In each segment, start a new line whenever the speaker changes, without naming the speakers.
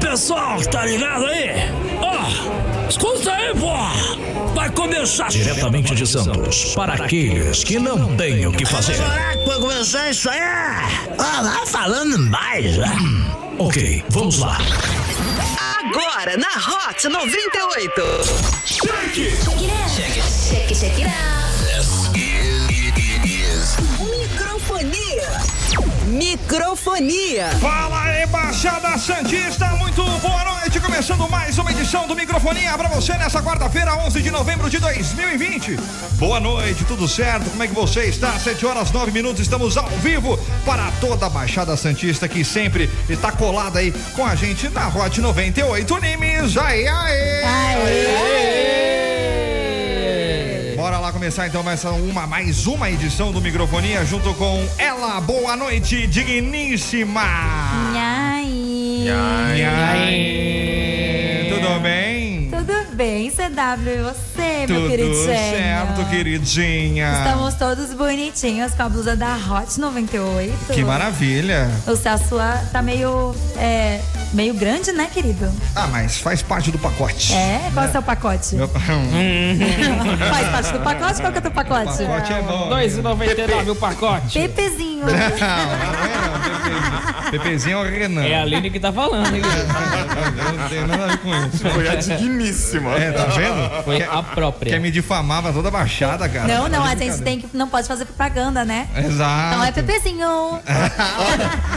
pessoal que tá ligado aí? Ó, escuta aí, pô! Vai começar
Diretamente de Santos, para aqueles que não têm o que fazer.
Será que vai começar isso aí? Ó, lá falando mais, né?
Ok, vamos lá.
Agora na Hot 98.
Shake, shake it out.
Microfonia. Microfonia.
Fala aí, Baixada Santista, muito boa noite. Começando mais uma edição do Microfonia pra você nessa quarta-feira, 11 de novembro de 2020. Boa noite, tudo certo? Como é que você está? 7 horas 9 minutos, estamos ao vivo para toda a Baixada Santista que sempre está colada aí com a gente na Hot 98 Nimes. Aê, aê! Bora lá começar então mais uma, mais uma edição do Microfonia junto com ela. Boa noite, digníssima!
Nhaí.
E aí? Tudo bem?
Tudo bem, CW e você, meu
Tudo
queridinho?
certo, queridinha.
Estamos todos bonitinhos com a blusa da Hot 98.
Que maravilha.
O Celso ah, tá meio, é, meio grande, né, querido?
Ah, mas faz parte do pacote.
É? Hum. Qual é o seu pacote?
Meu- um O
Faz parte do pacote? Qual que é o teu pacote?
pacote é bom.
2,99 o pacote.
Pepezinho.
Não, não é não. Pepe- Pepezinho é o Renan.
É a Aline que tá falando, hein? galera?
Eu não tenho nada a ver com isso.
Foi a digníssima.
É, tá vendo?
Foi
Quer,
a própria.
quer me difamar, mas toda baixada, cara.
Não, não, a gente tem que. Não pode fazer propaganda, né?
Exato.
Então é Pepezinho.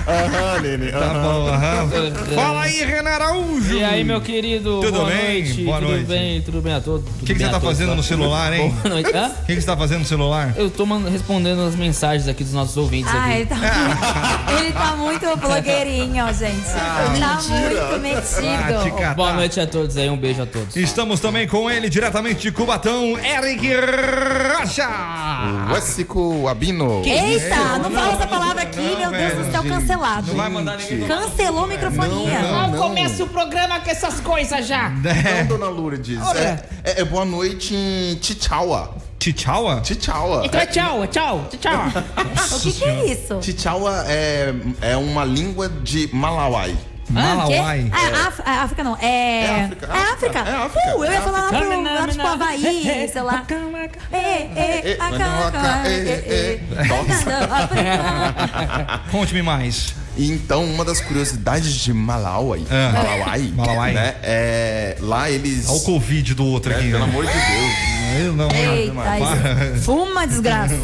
Aham, Lene.
Tá bom, aham. Fala aí, Renan Araújo.
E aí, meu querido?
Tudo
boa
bem?
Noite.
Boa
tudo
noite.
bem? Tudo bem a todos?
O que, que você tá fazendo no celular, hein?
Boa noite. Hã?
O que, que você tá fazendo no celular?
Eu tô man- respondendo as mensagens aqui dos nossos ouvintes
Ah,
aqui.
ele tá, ele tá muito blogueirinho, gente. tá muito
Ah, te
metido.
catar.
Boa noite a todos aí, um beijo a todos.
Estamos também com ele diretamente de Cubatão, Eric Rocha.
Wessico Abino.
Eita, não fala essa palavra aqui,
Não,
meu Deus do céu,
velho,
cancelado.
Não vai mandar ninguém.
Cancelou a microfonia.
Não, não.
o programa com essas coisas já.
Né?
Não, dona Lourdes. É, é, é boa noite em Chichaua.
Chichaua?
Chichaua. É,
tchau, tchau, tchau.
O que, que é isso?
Chichaua é, é uma língua de Malawai.
Malawai.
Ah, é África, é África não, é...
É África,
É África.
é
Uh,
África,
eu
é
ia
África.
falar lá pro, lá, tipo, Havaí, sei lá. É, é,
Ah,
É,
acaca, é, é, é.
Nossa.
África.
Conte-me mais.
Então, uma das curiosidades de Malawai,
Ah.
Malawai,
Malawai. Tá
né, é, lá eles...
Olha o Covid do outro
É,
aqui. né?
pelo amor de Deus.
Eu não.
Eita, isso. Fuma, desgraça.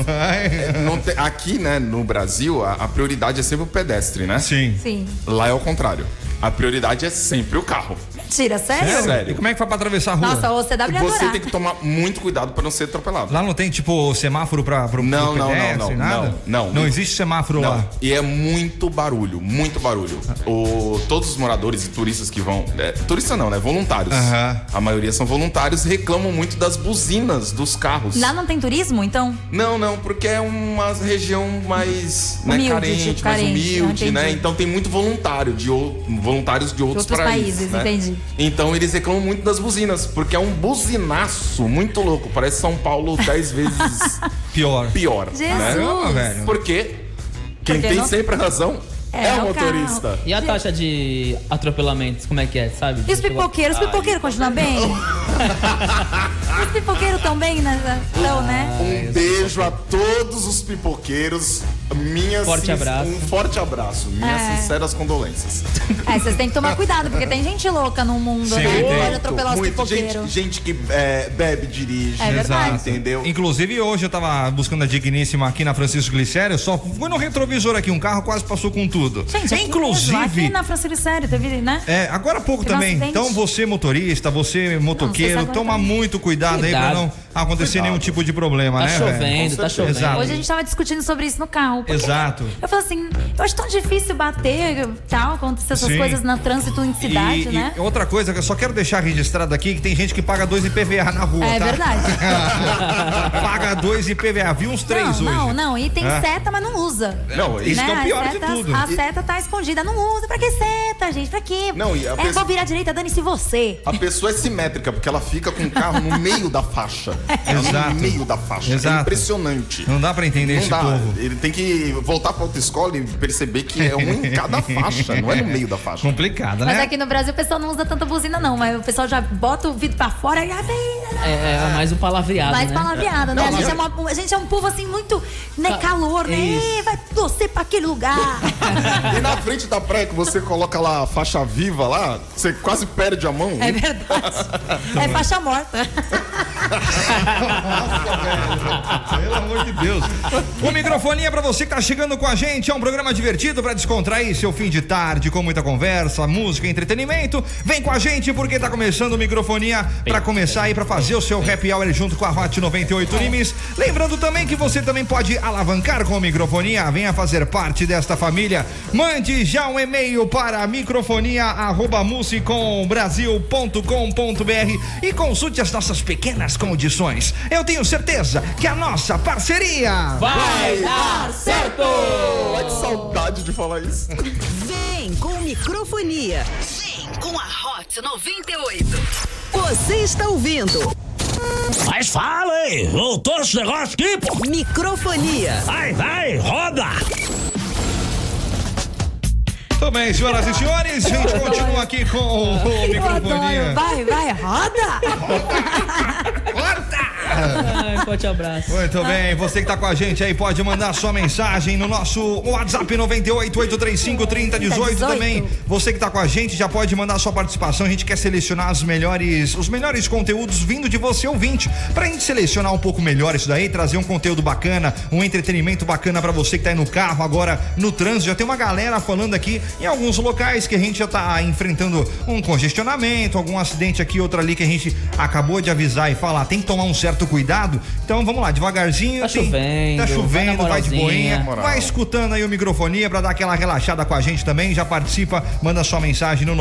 Não tem- aqui, né, no Brasil, a, a prioridade é sempre o pedestre, né?
Sim.
Sim.
Lá é o contrário. A prioridade é sempre o carro.
Tira, sério?
Sério.
E como é que faz pra atravessar a rua?
Nossa, o CW ia
Você
adorar.
tem que tomar muito cuidado pra não ser atropelado.
Lá não tem, tipo, semáforo pra, pro,
Não,
pro
não, não,
pedestre,
não,
nada?
não, não.
existe semáforo
Não,
lá.
E é muito barulho, muito barulho.
Ah.
O, todos os moradores e turistas que vão. É, turista não, né? Voluntários.
Aham.
A maioria são voluntários e reclamam muito das buzinas dos carros.
Lá não tem turismo, então?
Não, não, porque é uma região mais né,
Humilde,
carente,
tipo,
mais
carente,
humilde,
eu
né?
entendi.
Então tem muito voluntário de ou- voluntários de outros,
outros países,
né?
entendi.
Então eles reclamam muito das buzinas, porque é um buzinaço muito louco. Parece São Paulo dez vezes
Pior.
pior. Né?
Jesus.
velho.
Porque quem
Porque
tem
não-
sempre a razão é,
É
o
o
motorista.
E a taxa de atropelamentos, como é que é, sabe?
E os pipoqueiros? Os pipoqueiros continuam bem? os pipoqueiros estão bem, né? Tão, né?
É,
Um beijo a todos os pipoqueiros. Minha
Forte
sin-
abraço.
Um forte abraço. Minhas
É.
sinceras condolências.
É, vocês têm que tomar cuidado, porque tem gente louca no mundo,
Sim,
né?
tem.
Pode atropelar os
Muito, gente,
pipoqueiros.
gente que é, bebe, dirige.
É verdade.
Entendeu?
Inclusive, hoje eu tava buscando a digníssima aqui na Francisco Glicério, só fui no retrovisor aqui, um carro quase passou com tudo.
Gente, aqui mesmo, aqui
Inclusive.
na França Sério, teve, né?
É, agora há pouco
Teve um
também.
acidente.
Então, você motorista, você motoqueiro,
agora
toma
também.
muito cuidado, aí pra
Cuidado.
não acontecer nenhum tipo de problema,
Tá
né? velho?
chovendo, tá chovendo.
Exato.
Hoje a gente tava discutindo sobre isso no carro. porque
Exato.
Eu falo assim, eu acho tão difícil bater, tal, acontecer essas
Sim.
coisas na trânsito em cidade,
e,
né?
e outra coisa que eu só quero deixar registrado aqui que tem gente que paga dois IPVA na rua,
É
tá?
verdade.
paga dois IPVA, vi uns três
não,
hoje.
não, não. E tem
É.
seta, mas não usa.
Não,
Isso que é o
Né?
pior
a
de
seta,
tudo.
A seta tá escondida, não usa. Pra que seta, gente? Pra quê?
Não, e a
é,
pessoa-
vou virar à direita, dane-se você.
A pessoa é simétrica, porque ela fica com o carro no meio da faixa.
Exato.
no meio da faixa.
Exato.
É impressionante.
Não dá pra entender
Não
esse
dá.
povo.
Ele tem que voltar pra autoescola e perceber que é um em cada faixa, não é no meio da faixa.
Complicado,
Mas é
né?
aqui no Brasil o pessoal não usa tanta buzina, não. Mas o pessoal já bota o vidro pra fora e.
É, é mais um palavreado,
Mais
né?
palavreada, né?
Não,
a, gente
mas-
é uma- a gente é um povo assim muito. né?
Tá,
Calor, né?
isso.
Ih, Vai torcer pra aquele lugar.
E na frente da praia que você coloca lá a faixa viva lá, você quase perde a mão.
É verdade. É faixa morta.
Pelo amor de Deus. O microfoninha pra você que tá chegando com a gente. É um programa divertido pra descontrair seu fim de tarde com muita conversa, música, entretenimento. Vem com a gente porque tá começando o microfonia pra começar aí pra fazer o seu happy hour junto com a Hot 98 Nimes. Lembrando também que você também pode alavancar com o microfonia. Venha fazer parte desta família. Mande já um e-mail para microfonia@musicombrasil.com.br e consulte as nossas pequenas condições. Eu tenho certeza que a nossa parceria
Vai dar certo!
Ai, que saudade de falar isso.
Vem com microfonia. Vem com a Hot 98. Você está ouvindo
Mas fala, hein? Voltou esse negócio aqui, pô.
microfonia.
Vai, vai, roda.
Muito bem, senhoras e senhores, a gente continua aqui com o, o
Eu
microfonia.
Tá
adoro. Vai, vai, roda!
Ai, forte abraço.
Muito bem, você que tá com a gente aí pode mandar sua mensagem no nosso WhatsApp 988353018 também. Você que tá com a gente já pode mandar sua participação. A gente quer selecionar os melhores, os melhores conteúdos vindo de você ouvinte. Pra gente selecionar um pouco melhor isso daí, trazer um conteúdo bacana, um entretenimento bacana pra você que tá aí no carro agora no trânsito. Já tem uma galera falando aqui em alguns locais que a gente já tá enfrentando um congestionamento, algum acidente aqui, outro ali que a gente acabou de avisar e falar, tem que tomar um certo cuidado. Então vamos lá, devagarzinho.
Tá
tem-
chovendo,
Tá
vai na
chovendo, vai, de
moralzinha.
boinha.
Moral.
Vai escutando aí o microfonia pra dar aquela relaxada com a gente também. Já participa, manda sua mensagem no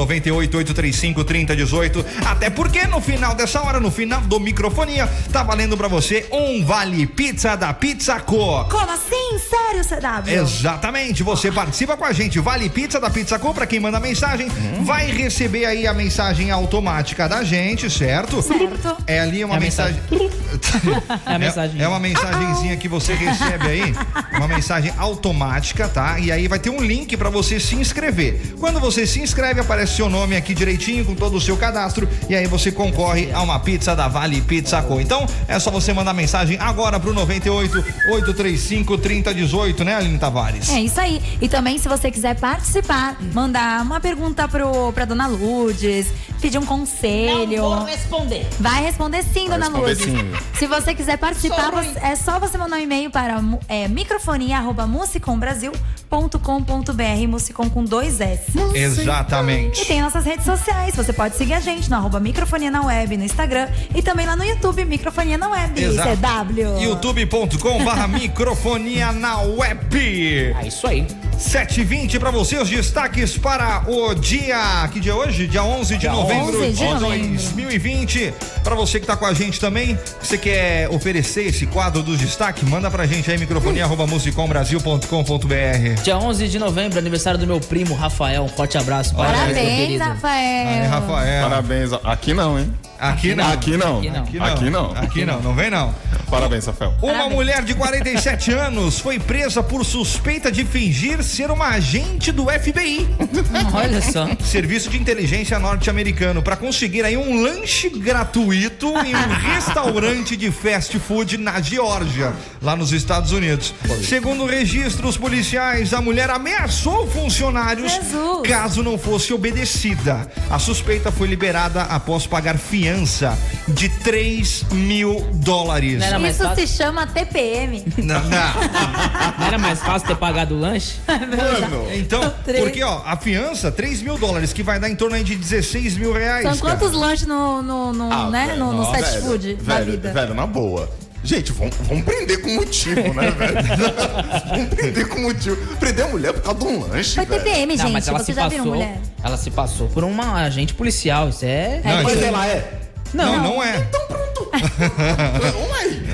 988353018. Até porque no final dessa hora, no final do microfonia, tá valendo pra você um vale pizza da Pizza Co.
Como assim? Sério, CW?
Exatamente, você participa com a gente. Vale Pizza da Pizza Co. Pra quem manda mensagem, vai receber aí a mensagem automática da gente, certo?
Certo.
É ali uma
É a
mensagem.
mensagem. É a mensagem.
É, uma mensagenzinha que você recebe aí, uma mensagem automática, tá? E aí vai ter um link pra você se inscrever. Quando você se inscreve, aparece seu nome aqui direitinho com todo o seu cadastro e aí você concorre a uma pizza da Vale Pizza Co. Então, é só você mandar mensagem agora pro 98 835 3018, né, Aline Tavares?
É isso aí. E também, se você quiser participar, mandar uma pergunta pro, pra Dona Lourdes, pedir um conselho.
responder.
Vai responder sim, Dona
responder
Lourdes.
sim.
Se você quiser participar,
Sou ruim.
você- é só você mandar um e-mail para mu- é, microfonia.musicombrasil.com.br, musicom com dois S. E
Exatamente.
tem nossas redes sociais. Você pode seguir a gente no arroba microfonia na web, no Instagram e também lá no YouTube, microfonia na web,
Exato.
CW.
youtube.com barra microfonia na web.
É isso aí.
7h20 pra você, os destaques para o dia. Que dia é hoje? Dia 11 de novembro
11 de
de
novembro.
2020. Pra você que tá com a gente também, que você quer oferecer esse quadro dos destaques, manda pra gente aí, microfonia arroba musicombrasil.com.br.
Dia 11 de novembro, aniversário do meu primo, Rafael. Um forte abraço. meu
Parabéns,
querido.
Aí,
Rafael.
É, Rafael.
Parabéns. Aqui não, hein?
Aqui não.
Aqui não.
Aqui não.
Aqui não.
Aqui não, não vem não.
Parabéns, Rafael.
Uma
Parabéns.
mulher de 47 anos foi presa por suspeita de fingir ser uma agente do FBI.
Ah, Olha só.
Serviço de inteligência norte-americano para conseguir aí um lanche gratuito em um restaurante de fast food na Geórgia, lá nos Estados Unidos. Segundo registros policiais, a mulher ameaçou funcionários
Jesus.
caso não fosse obedecida. A suspeita foi liberada após pagar fiança de 3 mil dólares.
Não era Tá mais
Isso se
fácil,
chama TPM.
Não, não.
não era mais fácil ter pagado o lanche?
Mano,
Então,
Três.
porque ó, a fiança, 3 mil dólares, que vai dar em torno aí de 16 mil reais.
São
cara.
quantos lanches no, no, no,
Ah,
né?
velho,
no, no
nossa.
fast
Velho,
food da
velho,
vida?
Velho, na boa. Gente, vamos, vamos prender com motivo, né, velho? vamos prender com motivo. Prender a mulher por causa de um lanche,
Foi
velho.
TPM,
não,
gente.
mas ela
Você
se
já viram
passou.
mulher?
Ela se passou por uma agente policial. Isso é.
Não,
Mas
isso-
ela é.
não,
Não,
não é.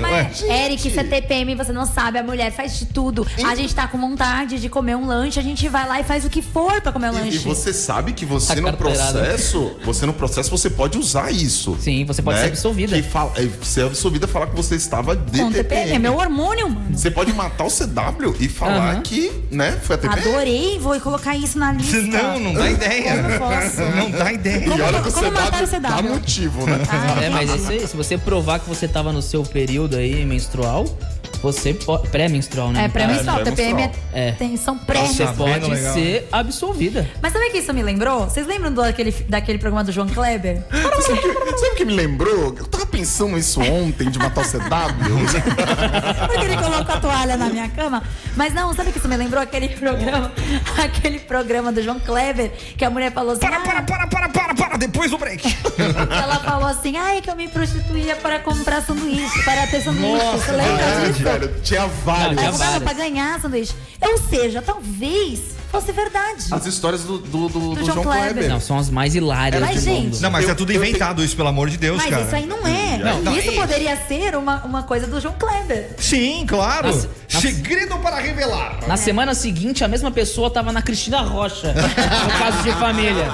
Mas, Eric, isso é TPM, você não sabe, a mulher faz de tudo. A gente tá com vontade de comer um lanche, a gente vai lá e faz o que for pra comer o
E,
lanche.
e você sabe que você
Tá
no
carteirada.
processo, você no processo você pode usar isso.
Sim, você pode ser absolvida.
Que fala, é, ser absolvida e falar que você estava de
Com TPM,
TPM.
é meu hormônio, mano.
Você pode matar o CW e falar
Aham.
que, né, foi a TPM.
Adorei, vou colocar isso na lista.
Não, não dá ideia.
Como Tá. posso?
Não dá ideia.
E olha que
Como matar o
o CW
CW?
dá motivo, né?
Ah,
É, mas é isso aí. Se você provar que você tava no seu período aí menstrual, você pode. Pré-menstrual, né?
É pré-menstrual,
É,
TPM é,
É.
tem- são pré
Você
Tá vendo,
pode
legal?
ser absolvida.
Mas sabe o que isso me lembrou? Vocês lembram do, daquele, daquele programa do João Kleber?
Sabe o que, sabe o que me lembrou? Eu tava pensando isso ontem de matar o CW.
Porque ele colocou a toalha na minha cama. Mas não, sabe o que isso me lembrou? Aquele programa, aquele programa do João Kleber, que a mulher falou assim.
Para,
"Ah,
para, para, para, para, para, depois do break.
que Ela falou assim, ai, que eu me prostituía para comprar sanduíche, para ter sanduíche. Você lembra disso?
velho, tinha vários.
Eu
Tinha
comprava
várias.
para ganhar sanduíche. Ou seja, talvez fosse verdade.
Ah,
As histórias do, do, do- do
João
João Kleber.
Kleber.
Não, são as mais hilárias
Mas,
do
gente,
mundo.
Não, mas
Eu-
é tudo
eu tenho-
inventado isso, pelo amor de Deus,
Mas
cara.
isso aí não é.
Não,
isso
é-
poderia ser uma, uma coisa do João Kleber.
Sim, claro.
Nossa, nossa.
Segredo para revelar.
Na semana seguinte, a mesma pessoa tava na Cristina Rocha, no caso de família.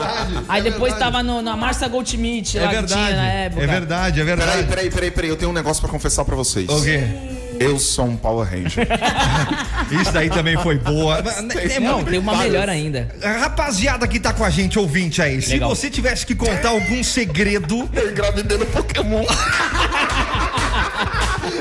Aí depois tava no- na Marcia Goldschmidt,
É
lá que
verdade.
tinha na
É
época.
verdade, é
Peraí,
verdade.
peraí, peraí, peraí. Eu tenho um negócio pra confessar pra vocês.
O quê?
Eu sou um Power Ranger.
Isso daí também foi boa. É
Não,
muito
tem um- uma
várias.
melhor ainda.
Rapaziada que tá com a gente, ouvinte aí, se
Legal.
você tivesse que contar algum segredo.
Eu engravidei no Pokémon.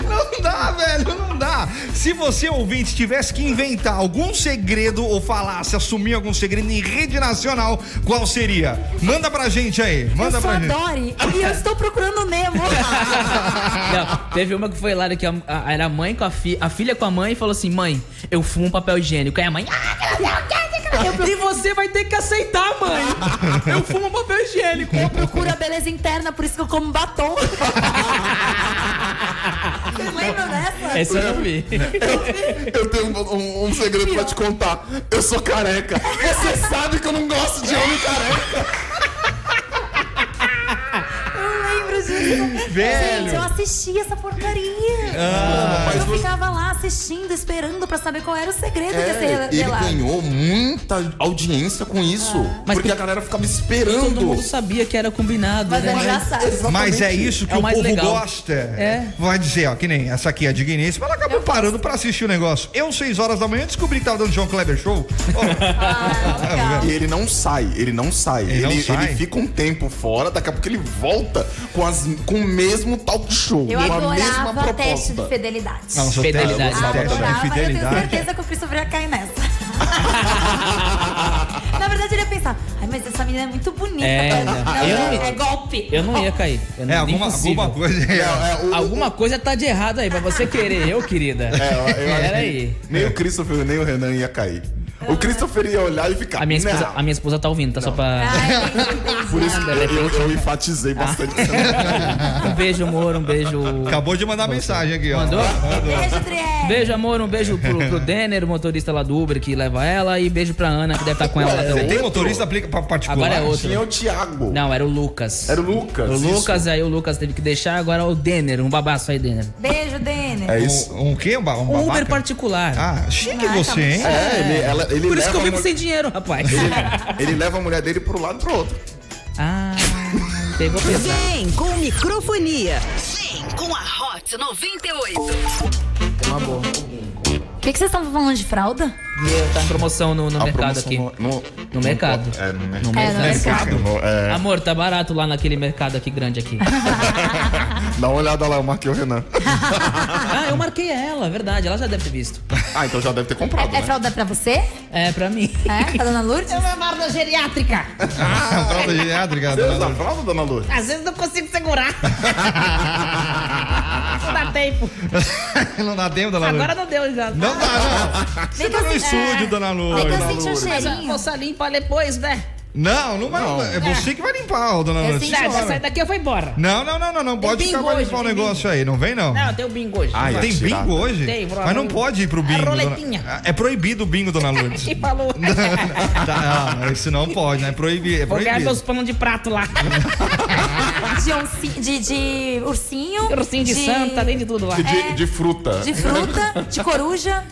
Não dá, velho, não dá. Se você, ouvinte, tivesse que inventar algum segredo ou falasse, assumir algum segredo em rede nacional, qual seria? Manda pra gente aí, manda
eu sou
pra
a
gente.
Dory e eu estou procurando o Nemo.
Não, teve uma que foi hilária que a, a- era a mãe com a filha, a filha com a mãe e falou assim: mãe, eu fumo um papel higiênico. Aí a mãe. "Ah, meu Deus, E você vai ter que aceitar, mãe! Eu fumo um papel higiênico!
Eu procuro a beleza interna, por isso que eu como batom. Vocês lembram dessa?
Essa eu não vi.
Eu tenho um, um- um segredo pra te contar. Eu sou careca. Você sabe que eu não gosto de homem careca.
Eu lembro disso.
Velho.
Gente, eu assisti essa porcaria. eu ficava lá assistindo, esperando pra saber qual era o segredo que ia ser
É, ele
revelado.
ganhou muita audiência com isso.
Mas
porque
tem-
a galera ficava
Todo mundo
esperando.
sabia que era combinado,
Mas
né?
é engraçado.
Mas é isso que
É o
o,
mais
povo
legal.
gosta.
É.
Vai dizer, ó, que nem essa aqui, é a digníssima, ela acabou parando pra assistir o negócio. Eu, 6 horas da manhã, descobri que tava dando João Kleber Show. Ó,
Ah, Legal.
E ele não sai, ele não sai.
Ele não sai?
ele fica um tempo fora, daqui a pouco ele volta com, as, com o mesmo talk show,
Eu
com a mesma
adorava teste de
proposta.
fidelidade.
nossa,
Fidelidade.
teste- teste de
né?
Adorava, e eu tenho
fidelidade.
certeza que o Christopher ia cair nessa. Na verdade, ele ia pensar, ai, mas essa menina é muito bonita. mas-
É, não.
não,
Eu
é,
não-
é golpe.
Eu não ia cair. Eu não,
É, alguma,
impossível.
alguma coisa.
É,
É.
é, o-
Alguma coisa tá de errado aí pra você querer, eu, querida.
É, eu- eu acho
Pera
que
aí.
Nem o Christopher, nem o Renan ia cair. O
Ah.
Christopher ia olhar e ficar.
A minha esposa,
"Não".
a minha esposa tá ouvindo, tá só pra.
Ai, entendi, entendi.
Por isso que eu, eu-
né?
eu
Ah.
enfatizei bastante. Ah.
Um beijo, amor, um beijo.
Acabou de mandar mensagem aqui, ó.
Mandou?
Beijo, Triel.
Beijo, amor, um beijo pro, pro Denner, o motorista lá do Uber que leva ela, e beijo pra Ana, que deve estar com ela lá
Você
também.
tem motorista aplica pra particular?
Agora é outro.
Tinha o Thiago.
Não, era o Lucas.
Era o Lucas.
O
isso.
Lucas, aí o Lucas teve que deixar, agora é o Denner, um babaço aí, Denner.
Beijo, Dene.
É isso.
Um, um quê? Um, ba- um
Um Uber
babaca?
particular.
Ah, chique
Ah, tá
você, hein?
É, ele, ela, ele
Por isso que eu
leva
vivo
a
sem dinheiro, rapaz.
mulher- Ele leva a mulher dele pro lado e pro outro.
Ah, pegou pesado.
Vem com microfonia.
Vem com a Hot 98.
O que, que vocês estão falando de fralda?
Dinheiro tá em promoção no, no
A
mercado
promoção
aqui.
No, no-
No mercado.
É, no mercado.
É, não é
No- é.
Amor, tá barato lá naquele mercado aqui grande aqui.
Dá uma olhada lá, eu marquei o Renan.
ah, eu marquei ela, verdade. Ela já deve ter visto.
Ah, então já deve ter comprado,
É, é
né?
fralda pra você?
É, pra mim.
É? Pra dona Lourdes?
uma fralda geriátrica.
Ah, fralda geriátrica.
Você usa
dona
a
Lourdes.
fralda, dona Lourdes?
É.
Às vezes não consigo segurar. não dá tempo.
não dá tempo, dona Lourdes.
Agora não deu já.
Não dá, não. Você
Nem
tá
que
no
eu-
estúdio,
é.
dona
Tem que
Lourdes.
eu senti um
Tá,
Mas
cheirinho.
moça limpa depois, né?
Não, não vai.
Não.
É você que vai limpar, ô, dona
Eu
Lourdes.
sinto
Tá,
Senhora.
se eu sair daqui eu vou embora.
Não, não, não, não, não. Pode ficar
bingo
pra
hoje,
limpar o
tem
negócio aí, não vem não. Ah,
Não, tem o bingo hoje.
Ai,
Tem
atirada.
bingo hoje?
Tem, vou lá
Mas não
no-
pode ir pro bingo. dona-
roletinha.
É proibido o bingo, dona Lourdes.
E falou.
tá, ah, isso não pode, né? É proibido. É
Vou ganhar
proibido.
meus panos de prato lá.
de, onci- de- de ursinho.
Ursinho de, santa, além de tudo lá.
E de,
É.
de fruta.
De fruta, de coruja.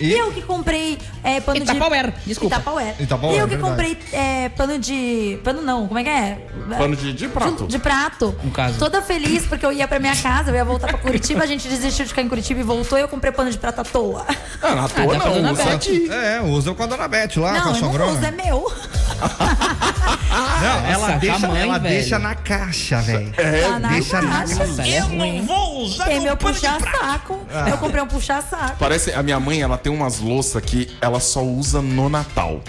E, eu que comprei é, pano de...
Itapauer, desculpa.
Itapauer.
Itapauer,
e eu que
verdade.
comprei é, pano de... Pano não, como é que é?
Pano de, de prato.
De, de prato.
Um
No caso.
Toda feliz, porque eu ia pra minha casa, eu ia voltar pra Curitiba, a gente desistiu de ficar em Curitiba e voltou, e eu comprei pano de prato à toa.
Ah, na toa
dá pra
não,
dona
usa.
Beth.
É, usa com a dona Beth lá, Ah, com a
não, eu não
sogrona.
uso, é meu.
Não, ela
Nossa,
deixa,
tamanho,
ela
velho.
deixa na caixa, velho.
É. Ah,
tá na
deixa na Ah.
caixa.
Nossa, é
Eu
ruim.
não vou usar
Tem
meu
meu
pano de prato.
puxar-saco. Eu comprei um puxar-saco.
Parece a minha mãe, ela tem umas louças que ela só usa no Natal.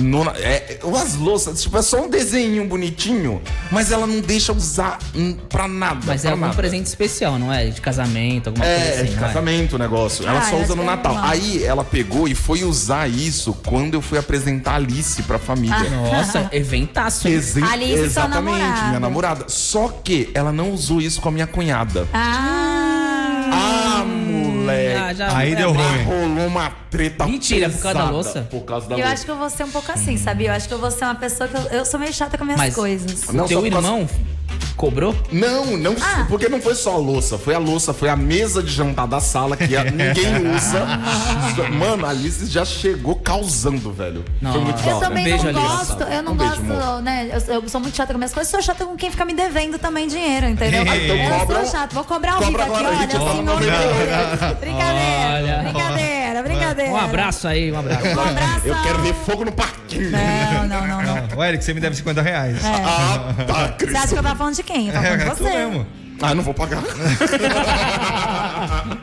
No, na- é, umas louças, tipo, é só um desenho bonitinho, mas ela não deixa usar hum, pra nada.
Mas é
pra
algum
nada.
presente especial, não é? De casamento, alguma coisa
É,
assim.
de
não é?
casamento o negócio. Ela
Ah,
só
eu
usa
acho
no
que é
Natal.
normal.
Aí ela pegou e foi usar isso quando eu fui apresentar a Alice pra
Ah.
família.
Nossa, eventaço. hein?
Exe-
Alice, sua
exatamente,
namorada.
minha namorada. Só que ela não usou isso com a minha cunhada.
Ah,
Ah, moleque.
Ah, já-
Aí
é,
deu ruim.
bem-
Rolou uma treta
Mentira, por causa da
pesada
louça?
Por causa da
eu
louça.
acho que eu vou ser um pouco assim, sabia? Eu acho que eu vou ser uma pessoa que. Eu, eu sou meio chata com minhas
Mas-
coisas.
Não, só
Teu
por causa-
irmão cobrou?
Não, não,
Ah.
porque não foi só a louça, foi a louça, foi a mesa de jantar da sala que a- ninguém usa. Mano, a Alice já chegou causando, velho. Foi
Não.
muito da
Eu
hora.
também
beijo,
não
Alice.
gosto, eu não
Um beijo,
gosto,
amor.
né? Eu, eu sou muito chata com minhas coisas, sou chata com quem fica me devendo também dinheiro, entendeu?
Ah, então
eu
cobra- um-
sou chata, vou cobrar ao
cobra
vivo aqui,
agora,
olha,
gente, eu tô
senhor.
cobrando.
Brincadeira,
Olha.
brincadeira, brincadeira.
Um abraço aí, um abraço.
Um abraço.
Eu quero ver fogo no parquinho.
Não, não, não, não.
Ô, Eric, você me deve 50 reais.
É.
Ah, tá, Cris.
Você acha que eu tava falando de quem? Eu tava falando de
É, tu
você.
mesmo.
Ah, não vou pagar.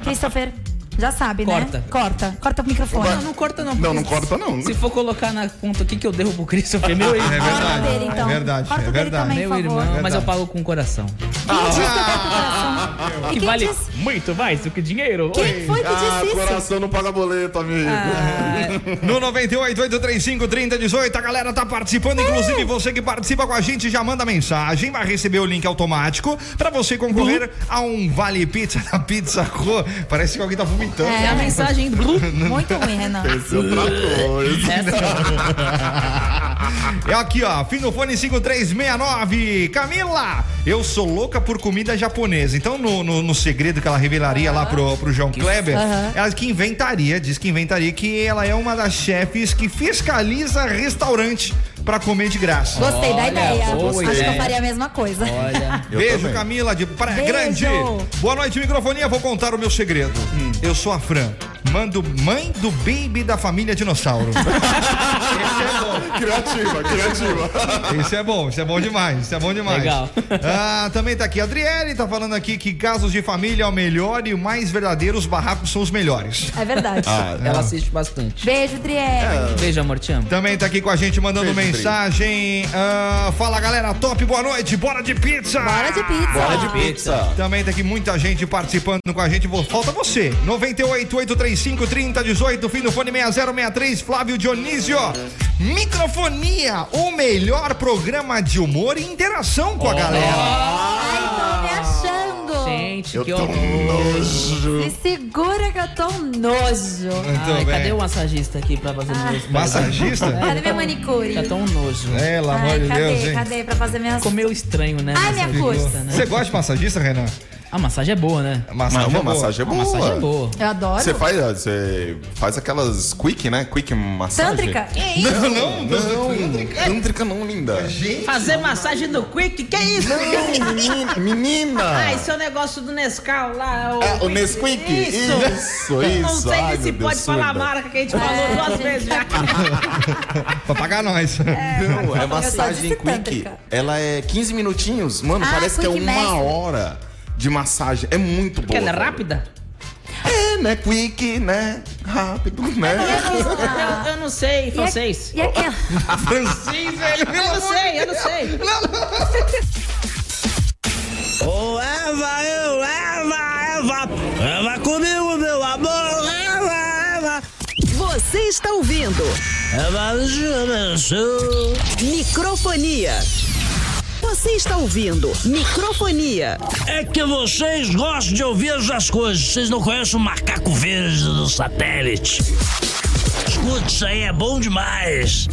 Christopher, já sabe,
Corta.
né? Corta. Corta o microfone.
Não, não corta não.
Não, não
porque
corta não. né?
Se for colocar na conta aqui que eu derrubo o Christopher, meu
É
irmão.
Corta
verdade.
dele, então.
É verdade,
Corta
é
dele
verdade.
também,
Meu
por
irmão,
favor.
mas eu
Verdade.
pago com o coração.
Quem disse que eu corto o coração? E
Que
quem
vale
disse-
muito mais do que dinheiro.
Quem foi que
Ah,
disse isso?
coração não paga boleto, amigo.
No 988353018, a galera tá participando. Inclusive, você que participa com a gente já manda mensagem, vai receber o link automático pra você concorrer a um Vale Pizza da Pizza Co. Parece que alguém tá vomitando.
É a
É,
mensagem do
muito ruim, Renan.
Esse é outra coisa.
É aqui, ó, Finofone 5369. Camila, eu sou louca por comida japonesa. Então, no, no, no segredo que ela revelaria lá pro, pro João Kleber, ela que inventaria, diz que inventaria que ela é uma das chefes que fiscaliza restaurante pra comer de graça.
Gostei da
Olha,
ideia.
boa
Acho que eu
ideia.
faria a mesma coisa.
Olha.
Eu
Beijo,
também.
Camila de Praia
Beijo.
Grande. Boa noite, microfonia. Vou contar o meu segredo.
Hum.
Eu sou a Fran. Mando mãe do baby da família dinossauro.
Criativa, criativa.
Isso é bom, isso é bom demais, isso é bom demais.
Legal.
Ah, também tá aqui a Adriele, tá falando aqui que casos de família é o melhor e o mais verdadeiro, os barracos são os melhores.
É verdade.
Ah,
Ela assiste bastante.
Beijo, Driel.
Beijo, amor, te amo.
Também tá aqui com a gente mandando
Beijo, Pri.
mensagem. Ah, fala galera, top, boa noite, bora de pizza!
Hora de pizza.
Bora de pizza.
Também tem aqui muita gente participando com a gente. Vo- Falta você. 988353018, fim do fone 6063, Flávio Dionísio. Microfonia, o melhor programa de humor e interação com a galera.
Ai, tô me achando.
Então,
Gente,
Eu
que
tô
horror.
com nojo.
Me segura que eu tô um nojo.
Então, bem.
Ai, cadê o massagista aqui pra fazer
Ah.
meus-
Massagista?
Cadê minha manicure?
Tá tão nojo.
É, pelo amor
É. Ai,
de
cadê?
Deus, hein?
cadê? Pra fazer minhas...
Comeu estranho, né?
Ai, minha
massagista,
custa.
né?
Você gosta de massagista, Renan?
A massagem é boa, né?
Mas uma
boa.
massagem é boa.
Massagem é boa.
Eu adoro.
Você faz, eh, você faz aquelas quick, né? Quick massagem.
Tântrica?
Não, não, não.
Tântrica não, linda.
É Fazer massagem no Quick? Que isso?
Não, menina.
Ah,
menina.
esse é o negócio do Nescau lá. O,
É, o Nesquik.
Isso.
Isso,
Não
isso.
sei
Ai,
nem se
meu Deus,
pode falar a
surda.
marca que a gente falou
É.
duas vezes já.
Pra pagar nós.
Não, é
disse
massagem quick.
tântrica.
Ela é 15 minutinhos. Mano,
Ah,
parece que é
quick
uma
mesmo.
hora de massagem. É muito boa.
Que ela é
velho.
rápida?
É, né? Quick, né? Rápido, né?
Eu, eu não
é
sei
E a-
francês.
E aquela...
Francês, velho.
Eu não sei, eu não sei.
Ô Eva, eu, Eva, Eva. Eva comigo, meu amor. Eva, Eva.
Você está ouvindo
Eva, jura, sou.
Microfonia. Você está ouvindo Microfonia.
É que vocês gostam de ouvir as coisas. Vocês não conhecem o macaco verde do satélite. Escute, isso aí é bom demais.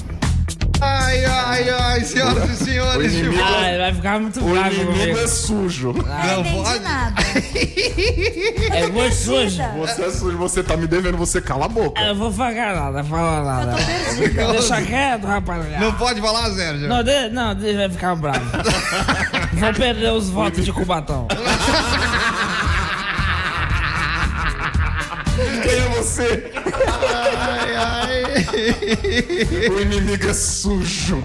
Ai, ai, ai, senhoras e
O
senhores.
inimigo-
Ah, ele vai ficar muito
O
bravo
inimigo é
comigo.
sujo.
Não entendi nada.
É muito sujo.
Você é sujo, você tá me devendo, você cala a
Ah.
boca.
Eu vou falar nada, falar nada. Deixa quieto, rapaziada.
Não pode falar, Sérgio.
Não, de, não, ele vai ficar um bravo. Vou perder os votos de Cubatão.
Quem é você?
Ai, ai.
O inimigo é sujo.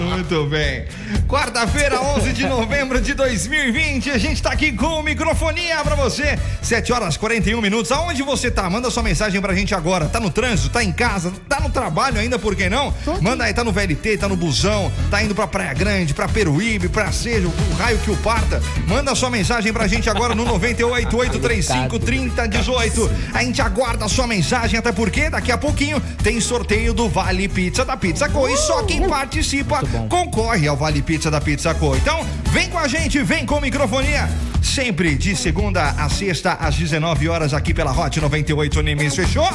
Muito bem. Quarta-feira, 11 de novembro de 2020, a gente tá aqui com microfonia pra você. 7 horas 41 minutos. Aonde você tá? Manda sua mensagem pra gente agora. Tá no trânsito, tá em casa, tá no trabalho ainda, por que não? Manda aí, tá no VLT, tá no busão, tá indo pra Praia Grande, pra Peruíbe, pra Seja, o raio que o parta. Manda sua mensagem pra gente agora no 98835 3018. A gente aguarda a sua mensagem, até porque daqui a pouquinho tem sorteio do Vale Pizza da Pizza Co. E só quem participa concorre ao Vale Pizza da Pizza Co. Então, vem com a gente, vem com microfonia. Sempre de segunda a sexta, às 19 horas, aqui pela Hot 98 Nimes. Fechou?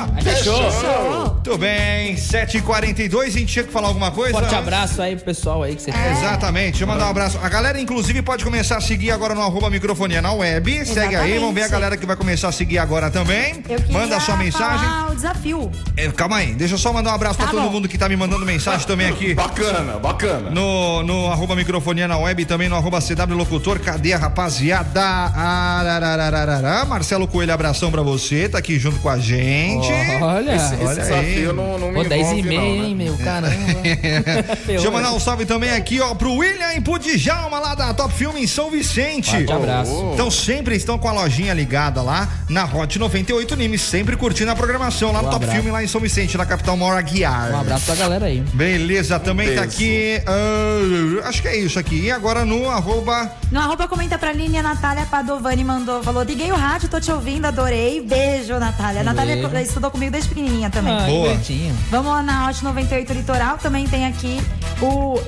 Muito bem, 7h42, a gente tinha que falar alguma coisa?
Um
é um-
Forte abraço aí pro pessoal aí que você fez.
Exatamente, deixa eu mandar um abraço. A galera, inclusive, pode começar a seguir agora no arroba microfonia na web. Segue aí, vamos ver a galera que vai começar a seguir agora também.
Eu queria
Manda sua mensagem.
falar o desafio.
É, calma aí, deixa eu só mandar um abraço pra
Tá
todo
bom.
mundo que tá me mandando mensagem também aqui.
Bacana, bacana.
No, no arroba microfonia na web e também no arroba CW Locutor. Cadê a rapaziada? Arararararará. Marcelo Coelho, abração pra você, tá aqui junto com a gente.
Olha.
Esse, esse
Olha aí.
desafio não, não
Pô,
me
10 e
envolve,
meia,
não, né?
hein, meu? Caramba.
Deixa eu mandar um salve também aqui, ó, pro William Pudjalma, lá da Top Filme em São Vicente.
Forte abraço.
Então sempre estão com a lojinha ligada lá na Hot 98 Nimes, sempre curtindo a programação lá no
Um
Top
abraço.
Filme, lá em São Vicente, na capital Mora Guiar.
Um abraço Um pra galera aí.
Beleza, também tá
beijo.
aqui. ah, acho que é isso aqui. E agora no arroba.
No arroba comenta pra Aline, a Natália Padovani mandou, falou, liguei o rádio, tô te ouvindo, adorei. Beijo, Natália. A Natália
Beijo.
estudou comigo desde pequenininha também.
Ai,
Boa.
bonitinho.
Vamos lá na Hot 98 Litoral, também tem aqui o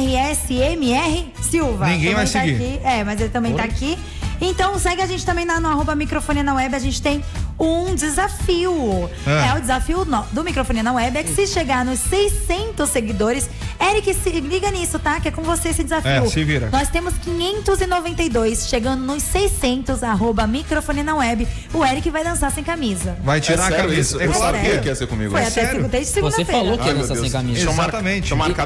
MRSMR Silva.
Ninguém
Também
vai
tá
seguir.
aqui. É, mas ele também tá aqui. Então segue a gente também lá no arroba microfone na web, a gente tem um desafio.
Ah.
É o desafio no- do microfone na web, é que se chegar nos 600 seguidores, Eric, se liga nisso, tá? Que é com você esse desafio.
É, se vira.
Nós temos 592, chegando nos 600, arroba microfone na web, o Eric vai dançar sem camisa.
Vai tirar
É
a
sério
cabeça.
isso? Eu
É
sabia
sério.
que ia ser comigo.
Foi
É
até
sério?
seg- desde
Você
segunda-feira.
falou que ia
Ai, meu
dançar
Deus.
sem
Deixa
camisa.
eu mar-
Exatamente.
Deixa eu marcar a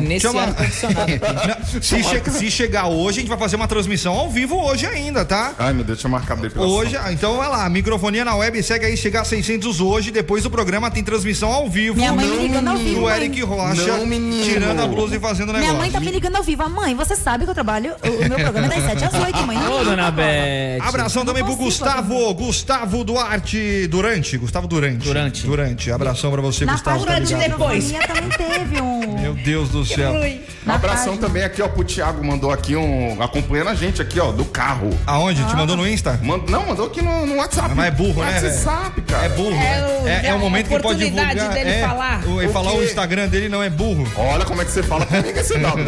E nesse
Chama-
ano tá condicionado aqui.
Se, che- se chegar hoje, a gente vai fazer uma transmissão ao vivo hoje ainda, tá?
Ai, meu Deus, deixa eu marcar a depilação.
Hoje, ah, então vai lá, microfonia na web, segue aí, chegar a 600 hoje, depois do programa tem transmissão ao vivo.
Minha mãe me
Não,
ligando ao
menino.
vivo,
O
mãe.
Eric Rocha
Não, menino.
tirando a blusa e fazendo negócio.
Minha mãe tá me ligando ao vivo. Ah, Mãe, você sabe que eu trabalho. O o meu programa é das 7 às 8, mãe.
Ô, dona
tá-
Beth.
Abração também pro
consigo
Gustavo, Gustavo Duarte Durante, Gustavo Durante.
Durante.
Durante, abração pra você,
Na
Gustavo. tá
página de
ligado?
depois. também teve um.
Meu Deus do céu. Um
na
Um Abração
página.
também aqui, ó, pro Thiago. Mandou aqui um. acompanhando a gente aqui, ó, do carro.
Aonde? Te mandou no Insta?
Mand- não, mandou aqui no, no WhatsApp.
Mas é burro, né,
WhatsApp, cara.
É burro.
É o-
né? É, é o
a
momento que ele pode
oportunidade
divulgar.
dele
é,
falar.
O, e
O
falar
quê?
o Instagram dele não é burro.
Olha como é que você fala comigo, esse W.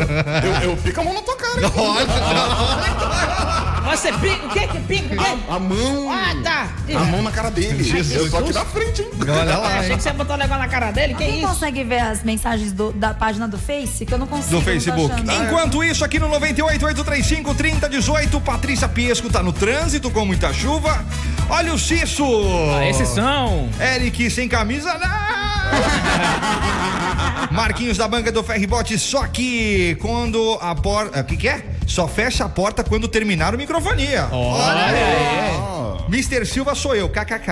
Eu, eu pico a mão na tua cara. hein?
Você pica, o que que pica? O quê?
A mão.
Ah, tá.
A mão na cara dele.
Jesus.
Eu tô aqui na frente, hein?
Olha lá,
Achei
hein?
que você botou o negócio na cara dele, que
Quem
isso?
consegue ver as mensagens do- da página do Face? Que eu não consigo.
do
não tô
Facebook.
tá
Ah,
achando.
Enquanto isso, aqui no 988353018, Patrícia Piesco tá no trânsito com muita chuva. Olha o Cisso!
Ah, Esses são.
Eric sem camisa, não! Marquinhos da banca do Ferribote, só que quando a porta. O que, que é? Só fecha a porta quando terminar o microfonia.
Ó.
Mr. Silva sou eu, kkk.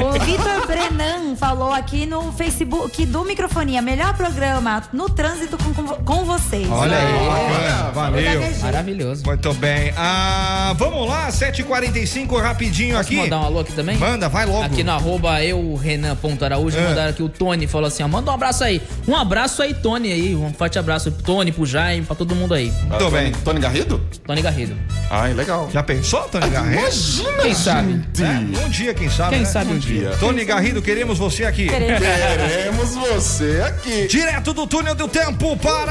O Vitor Brenan falou aqui no Facebook do Microfonia, melhor programa no trânsito com, com, com vocês.
Olha aí, bacana,
Eu
valeu.
gaguejei.
Maravilhoso.
Muito bem. Ah, vamos lá, 7h45, rapidinho aqui.
Posso mandar um alô aqui também?
Manda, vai logo.
Aqui no arroba eu, Renan.araújo,
É.
mandaram aqui o Tony, falou assim, ó, manda um abraço aí. Um abraço aí, Tony, aí. Um forte abraço pro Tony, pro Jaime, pra todo mundo aí.
Muito
Ah,
bem.
Tony- Tony Garrido?
Tony Garrido.
Ai, legal.
Já pensou, Tony Garrido?
Imagina,
Ah,
Quem sabe?
gente.
É, um dia, quem sabe.
Quem
né?
sabe um dia.
Dia.
Tony Garrido, queremos você aqui.
Queremos você aqui.
Direto do túnel do tempo para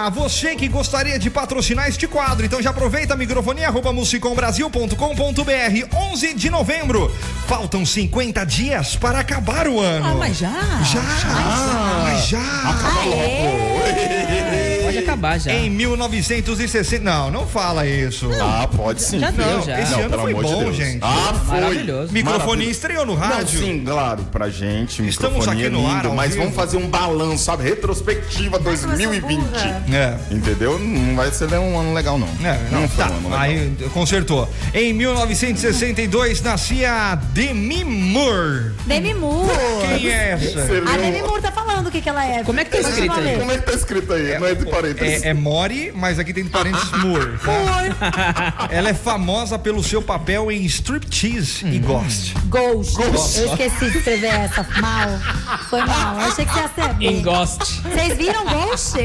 Ah, você que gostaria de patrocinar este quadro, então já aproveita microfone arroba musicombrasil.com.br 11 de novembro. Faltam 50 dias para acabar o ano.
Ah, mas já?
Já! Mas já!
Pode acabar já.
Em 1960. Não, não fala isso.
Ah, pode sim.
Já deu,
Não,
já.
Esse
não,
ano
pelo
foi
amor de
bom,
Deus.
gente.
Ah, foi.
Maravilhoso.
Microfonia
Maravilhoso.
estreou no
Não,
rádio.
sim, claro, pra gente.
Estamos
microfonia
aqui no
lindo,
ar, ao
Mas
vivo.
vamos fazer um balanço, sabe? Retrospectiva 2020.
burra.
É.
Entendeu? Não vai ser um ano legal, não.
É, não,
foi
tá.
um ano legal.
Aí consertou. Em 1962 nascia Demi Moore.
Demi Moore.
Quem é essa?
Você
A
viu?
Demi Moore tá falando o que, que ela é.
Como é que tá
Continua
escrito aí?
lendo.
Como é que tá escrito aí? não é de parênteses.
É, é Mori, mas aqui tem de parênteses Moore. tá? Ela é famosa pelo seu papel em Striptease e Ghost.
Ghost.
assim?
Eu esqueci de escrever essa. Mal. Foi mal. Eu achei que você ia ser
Em
bem.
Ghost.
Vocês viram Ghost?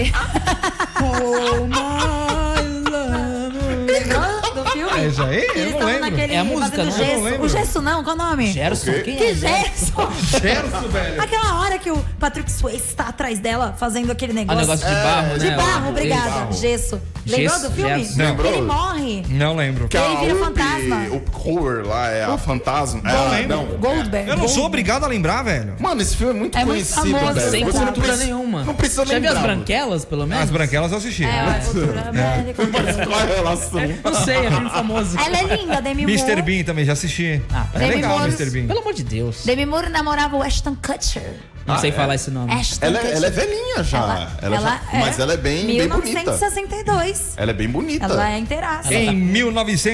Lembram Do filme?
É isso aí?
Que
Eu
Eles
não
tão
lembro.
naquele
É a música,
fazendo
não?
Eu não
gesso.
lembro.
o gesso não, qual o nome?
Gerson, quem é?
Que gesso?
Certo, velho.
Aquela hora que o Patrick Swayze tá atrás dela fazendo aquele
Ah,
negócio.
negócio de barro,
De
né?
barro, obrigada.
barro.
Gesso.
Gesso,
Lembrou do filme?
gesso.
Não.
Ele morre.
Não lembro.
Que
Ele vira
Ubi,
fantasma.
O cover lá é a fantasma.
Não
é,
lembro.
Goldberg.
Eu não sou obrigado a lembrar, velho.
Mano, esse filme é muito
É muito
conhecido,
famoso,
velho.
Sem
Você não
cultura
precisa-
nenhuma.
Não precisa
Já viu as
lembrar.
branquelas, pelo menos?
As branquelas eu assisti.
É, a cultura América.
Qual é a relação?
Não sei, é filme famoso.
Ela é linda, Demi Moore.
Mr. Bean também já assisti.
Ah,
é
peraí.
legal,
Demi Moore.
Mr. Bean.
Pelo amor de Deus.
Demi Moore namorava o Ashton Kutcher.
Ah,
Não
é.
sei falar esse nome.
Ashton
Ela,
Kutcher.
ela é velhinha já.
Ela-
Ela já-
ela é
mas ela é bem, bem bonita.
1962.
Ela é bem bonita.
Ela é inteiraça.
Em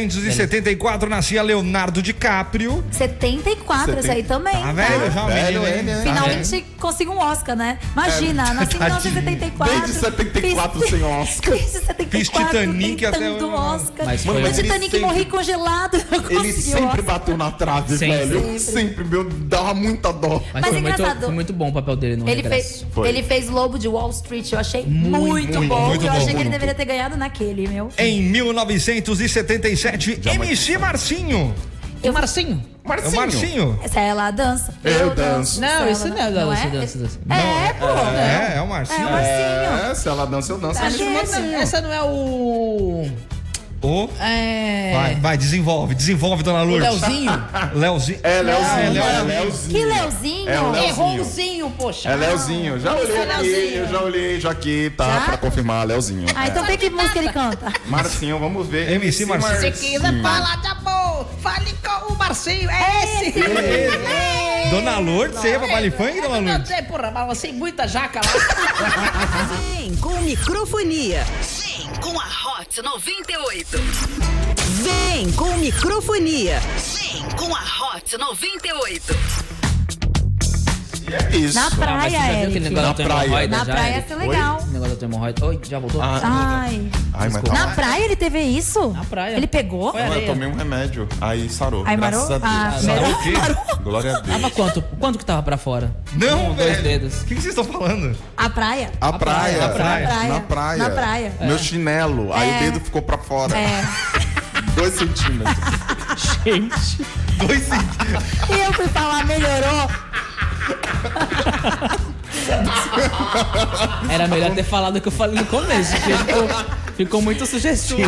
1974 nascia Leonardo DiCaprio.
74, isso aí também.
Tá,
tá?
velho, já é um
Velho,
menino, hein?
ele é.
Finalmente consigo um Oscar, né? Imagina, nasci em 1974.
Desde 74
fiz-
sem Oscar.
Desde 74.
Fiz Titanic
tentando
até o-
Oscar.
Mas
Mas
foi-
o
Mas ele
Titanic
sempre-
morri congelado. Não
Ele
consegui o
sempre
Oscar.
bateu na trave,
Sim,
velho.
sempre.
Sempre. meu, dava muita dó.
Mas,
Mas
foi, muito,
engraçado.
foi muito bom o papel dele no
Ele
regresso.
fez,
Foi.
ele fez Lobo de Wall Street, eu achei muito, bom.
muito
e eu
bom, É.
achei que
muito.
ele deveria ter ganhado naquele, meu.
Em 1977, MC Marcinho.
E o um Marcinho?
É o
Marcinho.
Marcinho.
Essa é ela dança.
Eu danço.
Não,
ela
isso não é da dança, dança, dança.
É, pô.
É, é o
É o
Marcinho.
Marcinho.
É, se ela dança, eu danço.
Tá vendo?
Essa não é o.
O-
É.
Vai, vai, desenvolve, desenvolve, dona
O
Lourdes.
Leozinho?
Leozinho.
É Leozinho,
Não,
é
não.
Leozinho.
Que Leozinho?
É o
Errou o
Leozinho.
zinho, poxa.
É Leozinho. Já olhei
Isso é
aqui,
Leozinho.
eu já olhei, já aqui, tá?
Já?
Pra confirmar, Leozinho.
Ah,
É.
então tem que música ele canta.
Marcinho, vamos ver.
MC Marcinho.
Se
Hum.
quiser falar de amor, fale com o Marcinho. É esse.
Dona Lourdes, você ia pra baile funk, dona
Eu
Lourdes?
sei, É, porra, balancei muita jaca lá.
Vem com microfonia.
Vem com a Hot 98.
Vem com microfonia.
Vem com a Hot 98.
É isso.
Na
Ah, mas
praia,
você já viu aquele
Eric.
negócio
Na
da tua hemorroida?
Na
já,
praia ia
Eric?
ser legal.
O negócio da tua hemorroida. Oi, já voltou?
Ah,
Ai.
Ai, mas tá
Na praia ele teve isso? Na
praia.
Ele pegou?
Foi.
Eu tomei um remédio. Aí sarou.
Aí marou?
Graças a
Ah,
Deus.
melhor.
Sarou. Glória a Deus.
Tava quanto? Quanto que tava pra fora?
Não,
Com dois
velho.
dedos.
O que que vocês estão falando?
A praia?
A praia.
a praia.
Na praia.
Na praia.
Meu chinelo. Aí
É.
o dedo ficou pra fora.
É.
Dois centímetros.
Dois centímetros.
E eu fui falar, melhorou.
Era
tá
melhor ter falado o que eu falei no começo. porque Ficou, ficou muito sugestivo.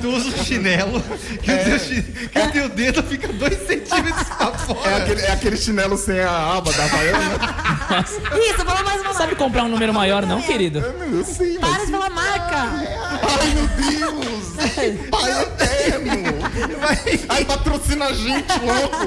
Tu usa o chinelo que, o teu, chi- que o teu dedo fica dois centímetros pra
É
fora.
aquele, é aquele chinelo sem a aba da Havaiana?
Isso, fala mais uma
Sabe comprar um número maior, não,
é.
querido?
Eu sei, mas...
Para de falar marca.
Ai, meu Deus! Pai eterno! Ai, patrocina a gente logo!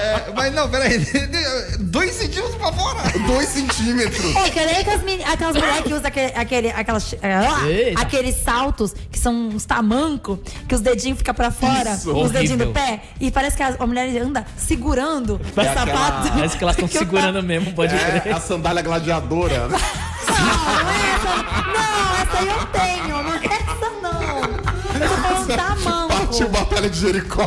É, mas não, peraí. Dois centímetros pra fora.
Dois centímetros!
É, que nem aquelas, meni- aquelas mulheres que usam aquele, aquele, aquelas, ah,
Eita.
aqueles saltos que são uns tamancos, que os dedinhos ficam pra fora,
Isso,
os dedinhos do
horrível.
pé. E parece que a, a mulher anda segurando o sapato.
Parece que elas estão
Que eu-
segurando mesmo, pode
É
crer.
a sandália gladiadora.
Não, essa, não, essa aí eu tenho, mas essa não. Eu tô falando tamanco.
Partiu Batalha de Jericó.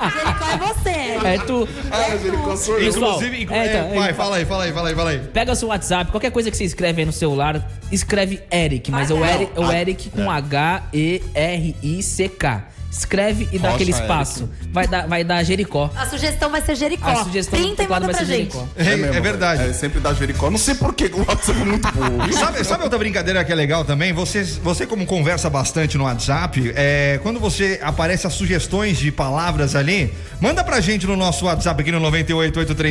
É. Jericó é você.
É tu.
Ah, Jericó sou eu.
Pessoal,
Inclusive, inclu-
é,
é,
então,
vai,
é,
fala aí, fala aí, fala aí, fala aí.
Pega o seu WhatsApp, qualquer coisa que você escreve aí no celular,
Ah,
Ah.
escreve Eric, mas é o Eric, é o Eric com H-E-R-I-C-K. Escreve e dá
Rocha
aquele espaço. Vai dar, vai dar Jericó.
A sugestão vai ser Jericó.
A sugestão do
30 e
teclado
manda
vai
pra
ser
gente.
Jericó.
É,
mesmo,
é verdade.
É, sempre dá Jericó. Não sei por que o WhatsApp é muito burro.
E Sabe, sabe outra brincadeira que é legal também? Você, você como conversa bastante no WhatsApp, é, quando você aparece as sugestões de palavras ali, manda pra gente no nosso WhatsApp aqui no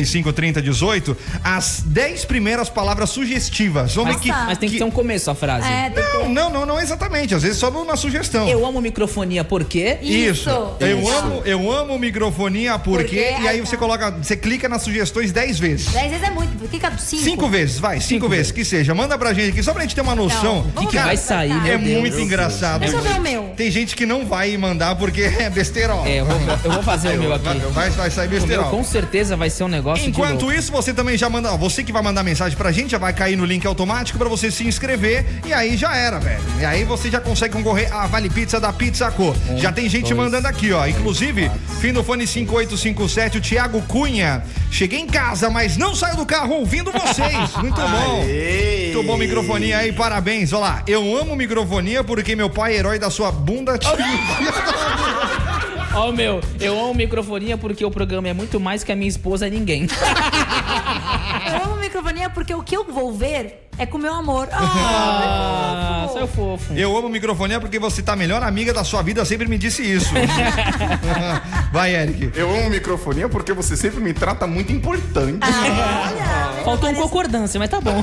988353018 as 10 primeiras palavras sugestivas. Vamos ver
Mas,
que,
mas tem que ter um começo a frase.
É, tem que
Não, não, não, não exatamente. Às vezes só na sugestão.
Eu amo microfonia porque.
Isso.
Eu
Isso.
amo, eu amo microfonia porque,
Porque
e aí
aí
você
tá.
coloca, você clica nas sugestões 10 vezes.
10 vezes é muito. Fica 5.
Cinco vezes, vai, cinco, vezes, que seja. Manda pra gente aqui, só pra gente ter uma noção.
vamos
cara,
vai sair,
É
meu Deus.
muito engraçado.
Deixa eu ver o meu.
Tem gente que não vai mandar porque é besteira, ó.
É, eu vou, eu vou fazer o meu aqui.
Vai, vai, vai sair
O
besteira.
meu com certeza vai ser um negócio de
Enquanto
louco.
isso, você também já manda. ó, Você que vai mandar mensagem pra gente, já vai cair no link automático pra você se inscrever. E aí já era, velho. E aí você já consegue concorrer à Vale Pizza da Pizza Co.
Um,
já tem gente mandando aqui, ó. Inclusive, fim do fone 5857, o Thiago Cunha. Cheguei em casa, mas não saio do carro ouvindo vocês. Muito bom. Muito bom microfonia aí, parabéns. Olha lá, eu amo microfonia porque meu pai é herói da sua bunda.
Ó, o meu, eu amo microfonia porque o programa é muito mais que a minha esposa é ninguém.
Eu amo microfonia porque o que eu vou ver é com o meu amor.
Ah,
Ah,
só é fofo.
Eu amo microfonia porque você tá a melhor amiga da sua vida, sempre me disse isso. Vai, Eric.
Eu amo microfonia porque você sempre me trata muito importante.
Ah, Olha,
Faltou um
parece-
concordância, mas tá bom.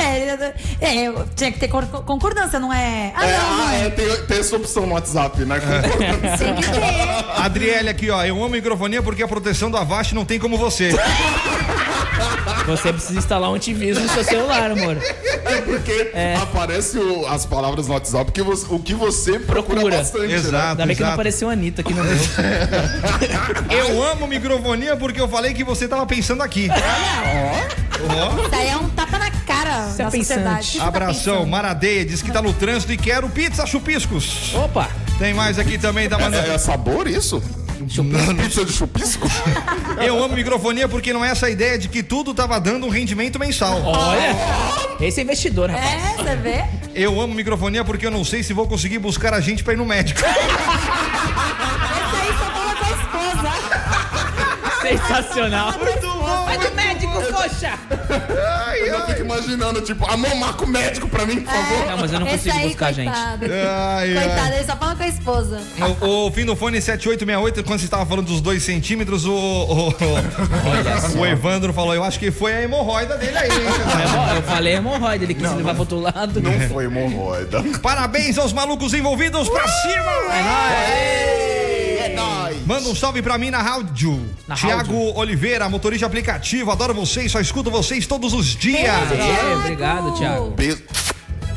É, ele- é, eu tinha que ter cor- concordância, não é? Ah,
É,
não, não
ah,
é.
é, tem, tem essa opção no WhatsApp, né? Concordância.
Tem que ter.
Adriele aqui, ó. Eu amo microfonia porque a proteção do Avast não tem como você.
Você precisa instalar um antivírus no seu celular, amor.
É porque aparece o- as palavras no WhatsApp que você- o que você procura,
Procura.
bastante. né?
Exato,
Ainda bem que não
exato.
apareceu a Anitta aqui no meu.
Eu amo microfonia porque eu falei que você tava pensando aqui. Ó.
Isso daí é um tapa na cara
Isso é
da
pensante.
sociedade. O que você tá
Abração,
pensando?
Maradeia diz que tá no trânsito e quero pizza chupiscos.
Opa!
Tem mais aqui também, tá mandando.
É, é sabor isso? Pizza de chupisco?
Eu amo microfonia porque não é essa ideia de que tudo tava dando um rendimento mensal.
Olha! Esse é investidor, rapaz.
É, você vê?
Eu amo microfonia porque eu não sei se vou conseguir buscar a gente pra ir no médico.
Esse aí só fala com a esposa.
Sensacional.
Vai do médico, poxa!
Eu já fico imaginando, tipo, a mão marca o médico pra mim, por
É.
favor.
Não, mas eu não
Esse
consigo
aí,
buscar, gente.
coitado.
Ai, ai.
Coitado, ele só fala com a esposa.
O, o fim do fone é 7868, quando você estava falando dos dois centímetros, o, o, o, o Evandro falou: Eu acho que foi a hemorroida dele aí. hein?"
Ó, É Eu falei hemorroida, ele quis levar pro outro lado.
Não foi hemorroida.
Parabéns aos malucos envolvidos pra cima!
É nóis.
Manda um salve pra mim na rádio.
Na
Tiago Oliveira, motorista aplicativo, adoro vocês, só escuto vocês todos os dias.
É, obrigado, Thiago.
Be-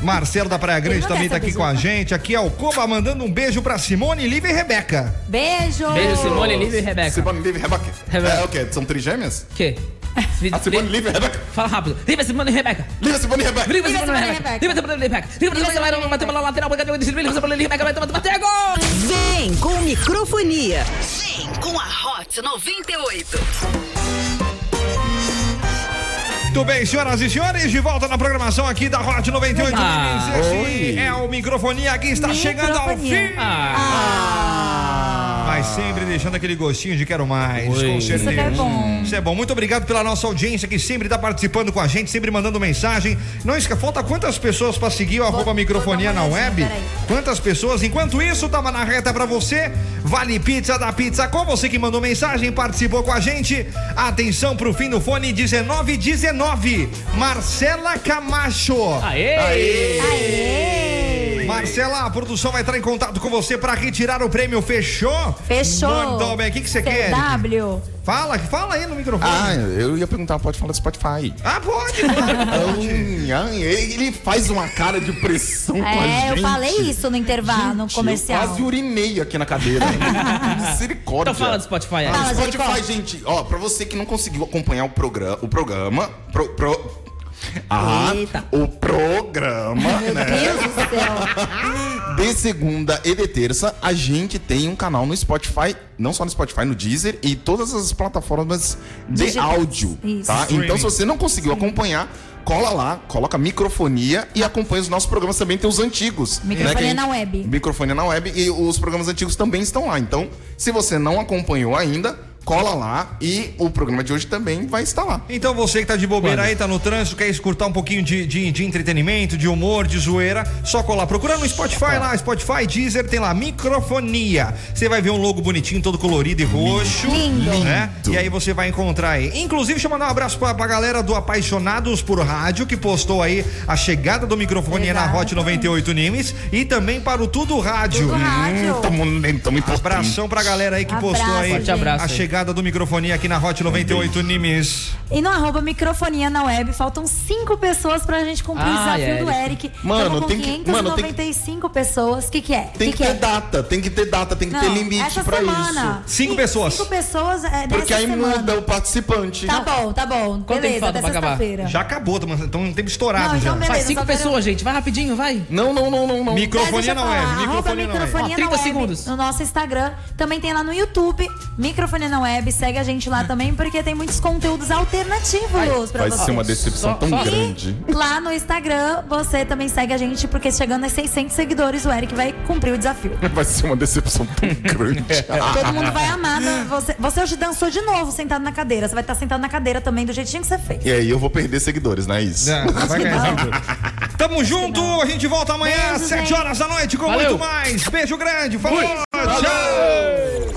Marcelo da Praia Grande
Eu não
também
quero
tá aqui
essa
com a
beijuca.
gente. Aqui é o Coba mandando um beijo pra Simone, Lívia e Rebeca.
Beijo.
Beijo, Simone, Lívia e Rebeca.
Simone Livre Rebeca.
Rebeca.
É o quê? São trigêmeas?
O quê?
A Simone Livre Rebeca.
Fala rápido. Lívia, Simone e Rebeca.
Livre Simone Rebeca.
Lívia,
Lívia,
Simone
Simone
e
e
Rebeca.
Rebeca.
Lívia, Simone e Rebeca. Lívia, Simone e Rebeca. Bateu bola lateral, bateu bola lateral, bateu bola lateral, bateu bola lateral.
Vem com microfonia.
Vem com a Hot 98.
Muito bem, senhoras e senhores, de volta na programação aqui da Hot 98.
Ah,
Esse é o microfonia que está chegando ao
Microfonia.
fim.
Ah,
Mas sempre deixando aquele gostinho de quero mais,
Oi.
com certeza.
Isso é bom.
Isso é bom. Muito obrigado pela nossa audiência que sempre está participando com a gente, sempre mandando mensagem. Não esqueça, falta quantas pessoas para seguir o arroba
vou
microfonia
dar uma
na
olhadinha,
web?
peraí.
Quantas pessoas? Enquanto isso, tava na reta para você. Vale Pizza da Pizza com você que mandou mensagem, participou com a gente. Atenção pro fim do fone 1919. Marcela Camacho.
Aê!
Marcela, a produção vai entrar em contato com você para retirar o prêmio. Fechou?
Fechou.
Mandou bem. O que que você quer?
W.
Fala, fala aí no microfone.
Ah, eu ia perguntar, pode falar do Spotify.
Ah, pode, claro.
Ai, ai, ele faz uma cara de pressão com a gente.
É, eu falei isso no intervalo, no
Gente,
comercial.
Eu quase um urinei aqui na cadeira. Misericórdia.
Então fala do Spotify.
Ah,
Alex.
Fala,
Spotify,
Jericó.
gente, ó, pra você que não conseguiu acompanhar o programa, o programa, pro, pro- ah,
Eita.
o programa,
Meu
né?
Deus do céu.
De segunda e de terça, a gente tem um canal no Spotify, não só no Spotify, no Deezer e todas as plataformas de
Digitais.
áudio,
Isso.
tá?
Streaming.
Então, se você não conseguiu acompanhar, cola lá, coloca microfonia e acompanha os nossos programas também, tem os antigos.
Ah.
né,
Microfonia
que a
na web.
Microfonia na web e os programas antigos também estão lá. Então, se você não acompanhou ainda, cola lá e o programa de hoje também vai estar lá.
Então você que tá de bobeira
Quando?
aí, tá no trânsito, quer escutar um pouquinho de, de, de entretenimento, de humor, de zoeira, só colar. Procura no
Tá.
Spotify lá, Spotify, Deezer, tem lá microfonia. Você vai ver um logo bonitinho, todo colorido e roxo.
Lindo.
Né? E aí você vai encontrar aí. Inclusive, deixa eu mandar um abraço pra, pra galera do Apaixonados por Rádio, que postou aí a chegada do microfonia na
Exato.
Hot 98 Nimes e também para o Tudo Rádio.
Tudo rádio.
Tamo, tamo importante.
Abração pra galera aí que postou
Abraço,
aí
Forte
abraço
a
aí.
chegada do microfonia aqui na Hot 98 Nimes.
E no arroba microfonia na web, faltam cinco pessoas pra gente cumprir o
Ah,
desafio
é,
do
Erika.
Eric.
Mano,
Tamo com
tem que- mano, tem que-
595 pessoas. O que, que é?
Tem
que,
que,
que
ter
é?
data, tem que ter data, tem que ter limite
essa
pra
semana.
isso.
Cinco
Cin-
pessoas.
Cinco pessoas é,
Porque
dessa
aí né?
semana.
muda o participante.
Tá bom, tá bom.
Quanto tempo
beleza,
falta
até
pra acabar?
sexta-feira.
Já acabou, tá, mas então não teve estourado
É. Não,
já.
então beleza.
Faz cinco
só quero-
pessoas, gente. Vai rapidinho, vai.
Não, não, não, não, não.
Microfonia
Tá,
não
deixa eu
é,
falar. Arroba
microfonia não é.
microfonia
Ó, 30
na web,
segundos.
No nosso Instagram. Também tem lá no YouTube. Microfonia na web. Segue a gente lá também, porque tem muitos conteúdos alternativos pra
Vai
vocês.
ser uma decepção
Só-
tão
só-
grande.
E lá no Instagram, você também segue a gente, porque chegando a 600 seguidores, o Eric vai cumprir o desafio.
Vai ser uma decepção tão grande. Ah,
Todo mundo vai amar. né? Você, você hoje dançou de novo sentado na cadeira. Você vai estar sentado na cadeira também, do jeitinho que você fez.
E aí eu vou perder seguidores, não é isso?
É, vai ganhar esse jogo. Tamo junto, a gente volta amanhã às
Beijo,
7
gente.
horas da noite com
Valeu.
muito mais. Beijo grande, falou, tchau.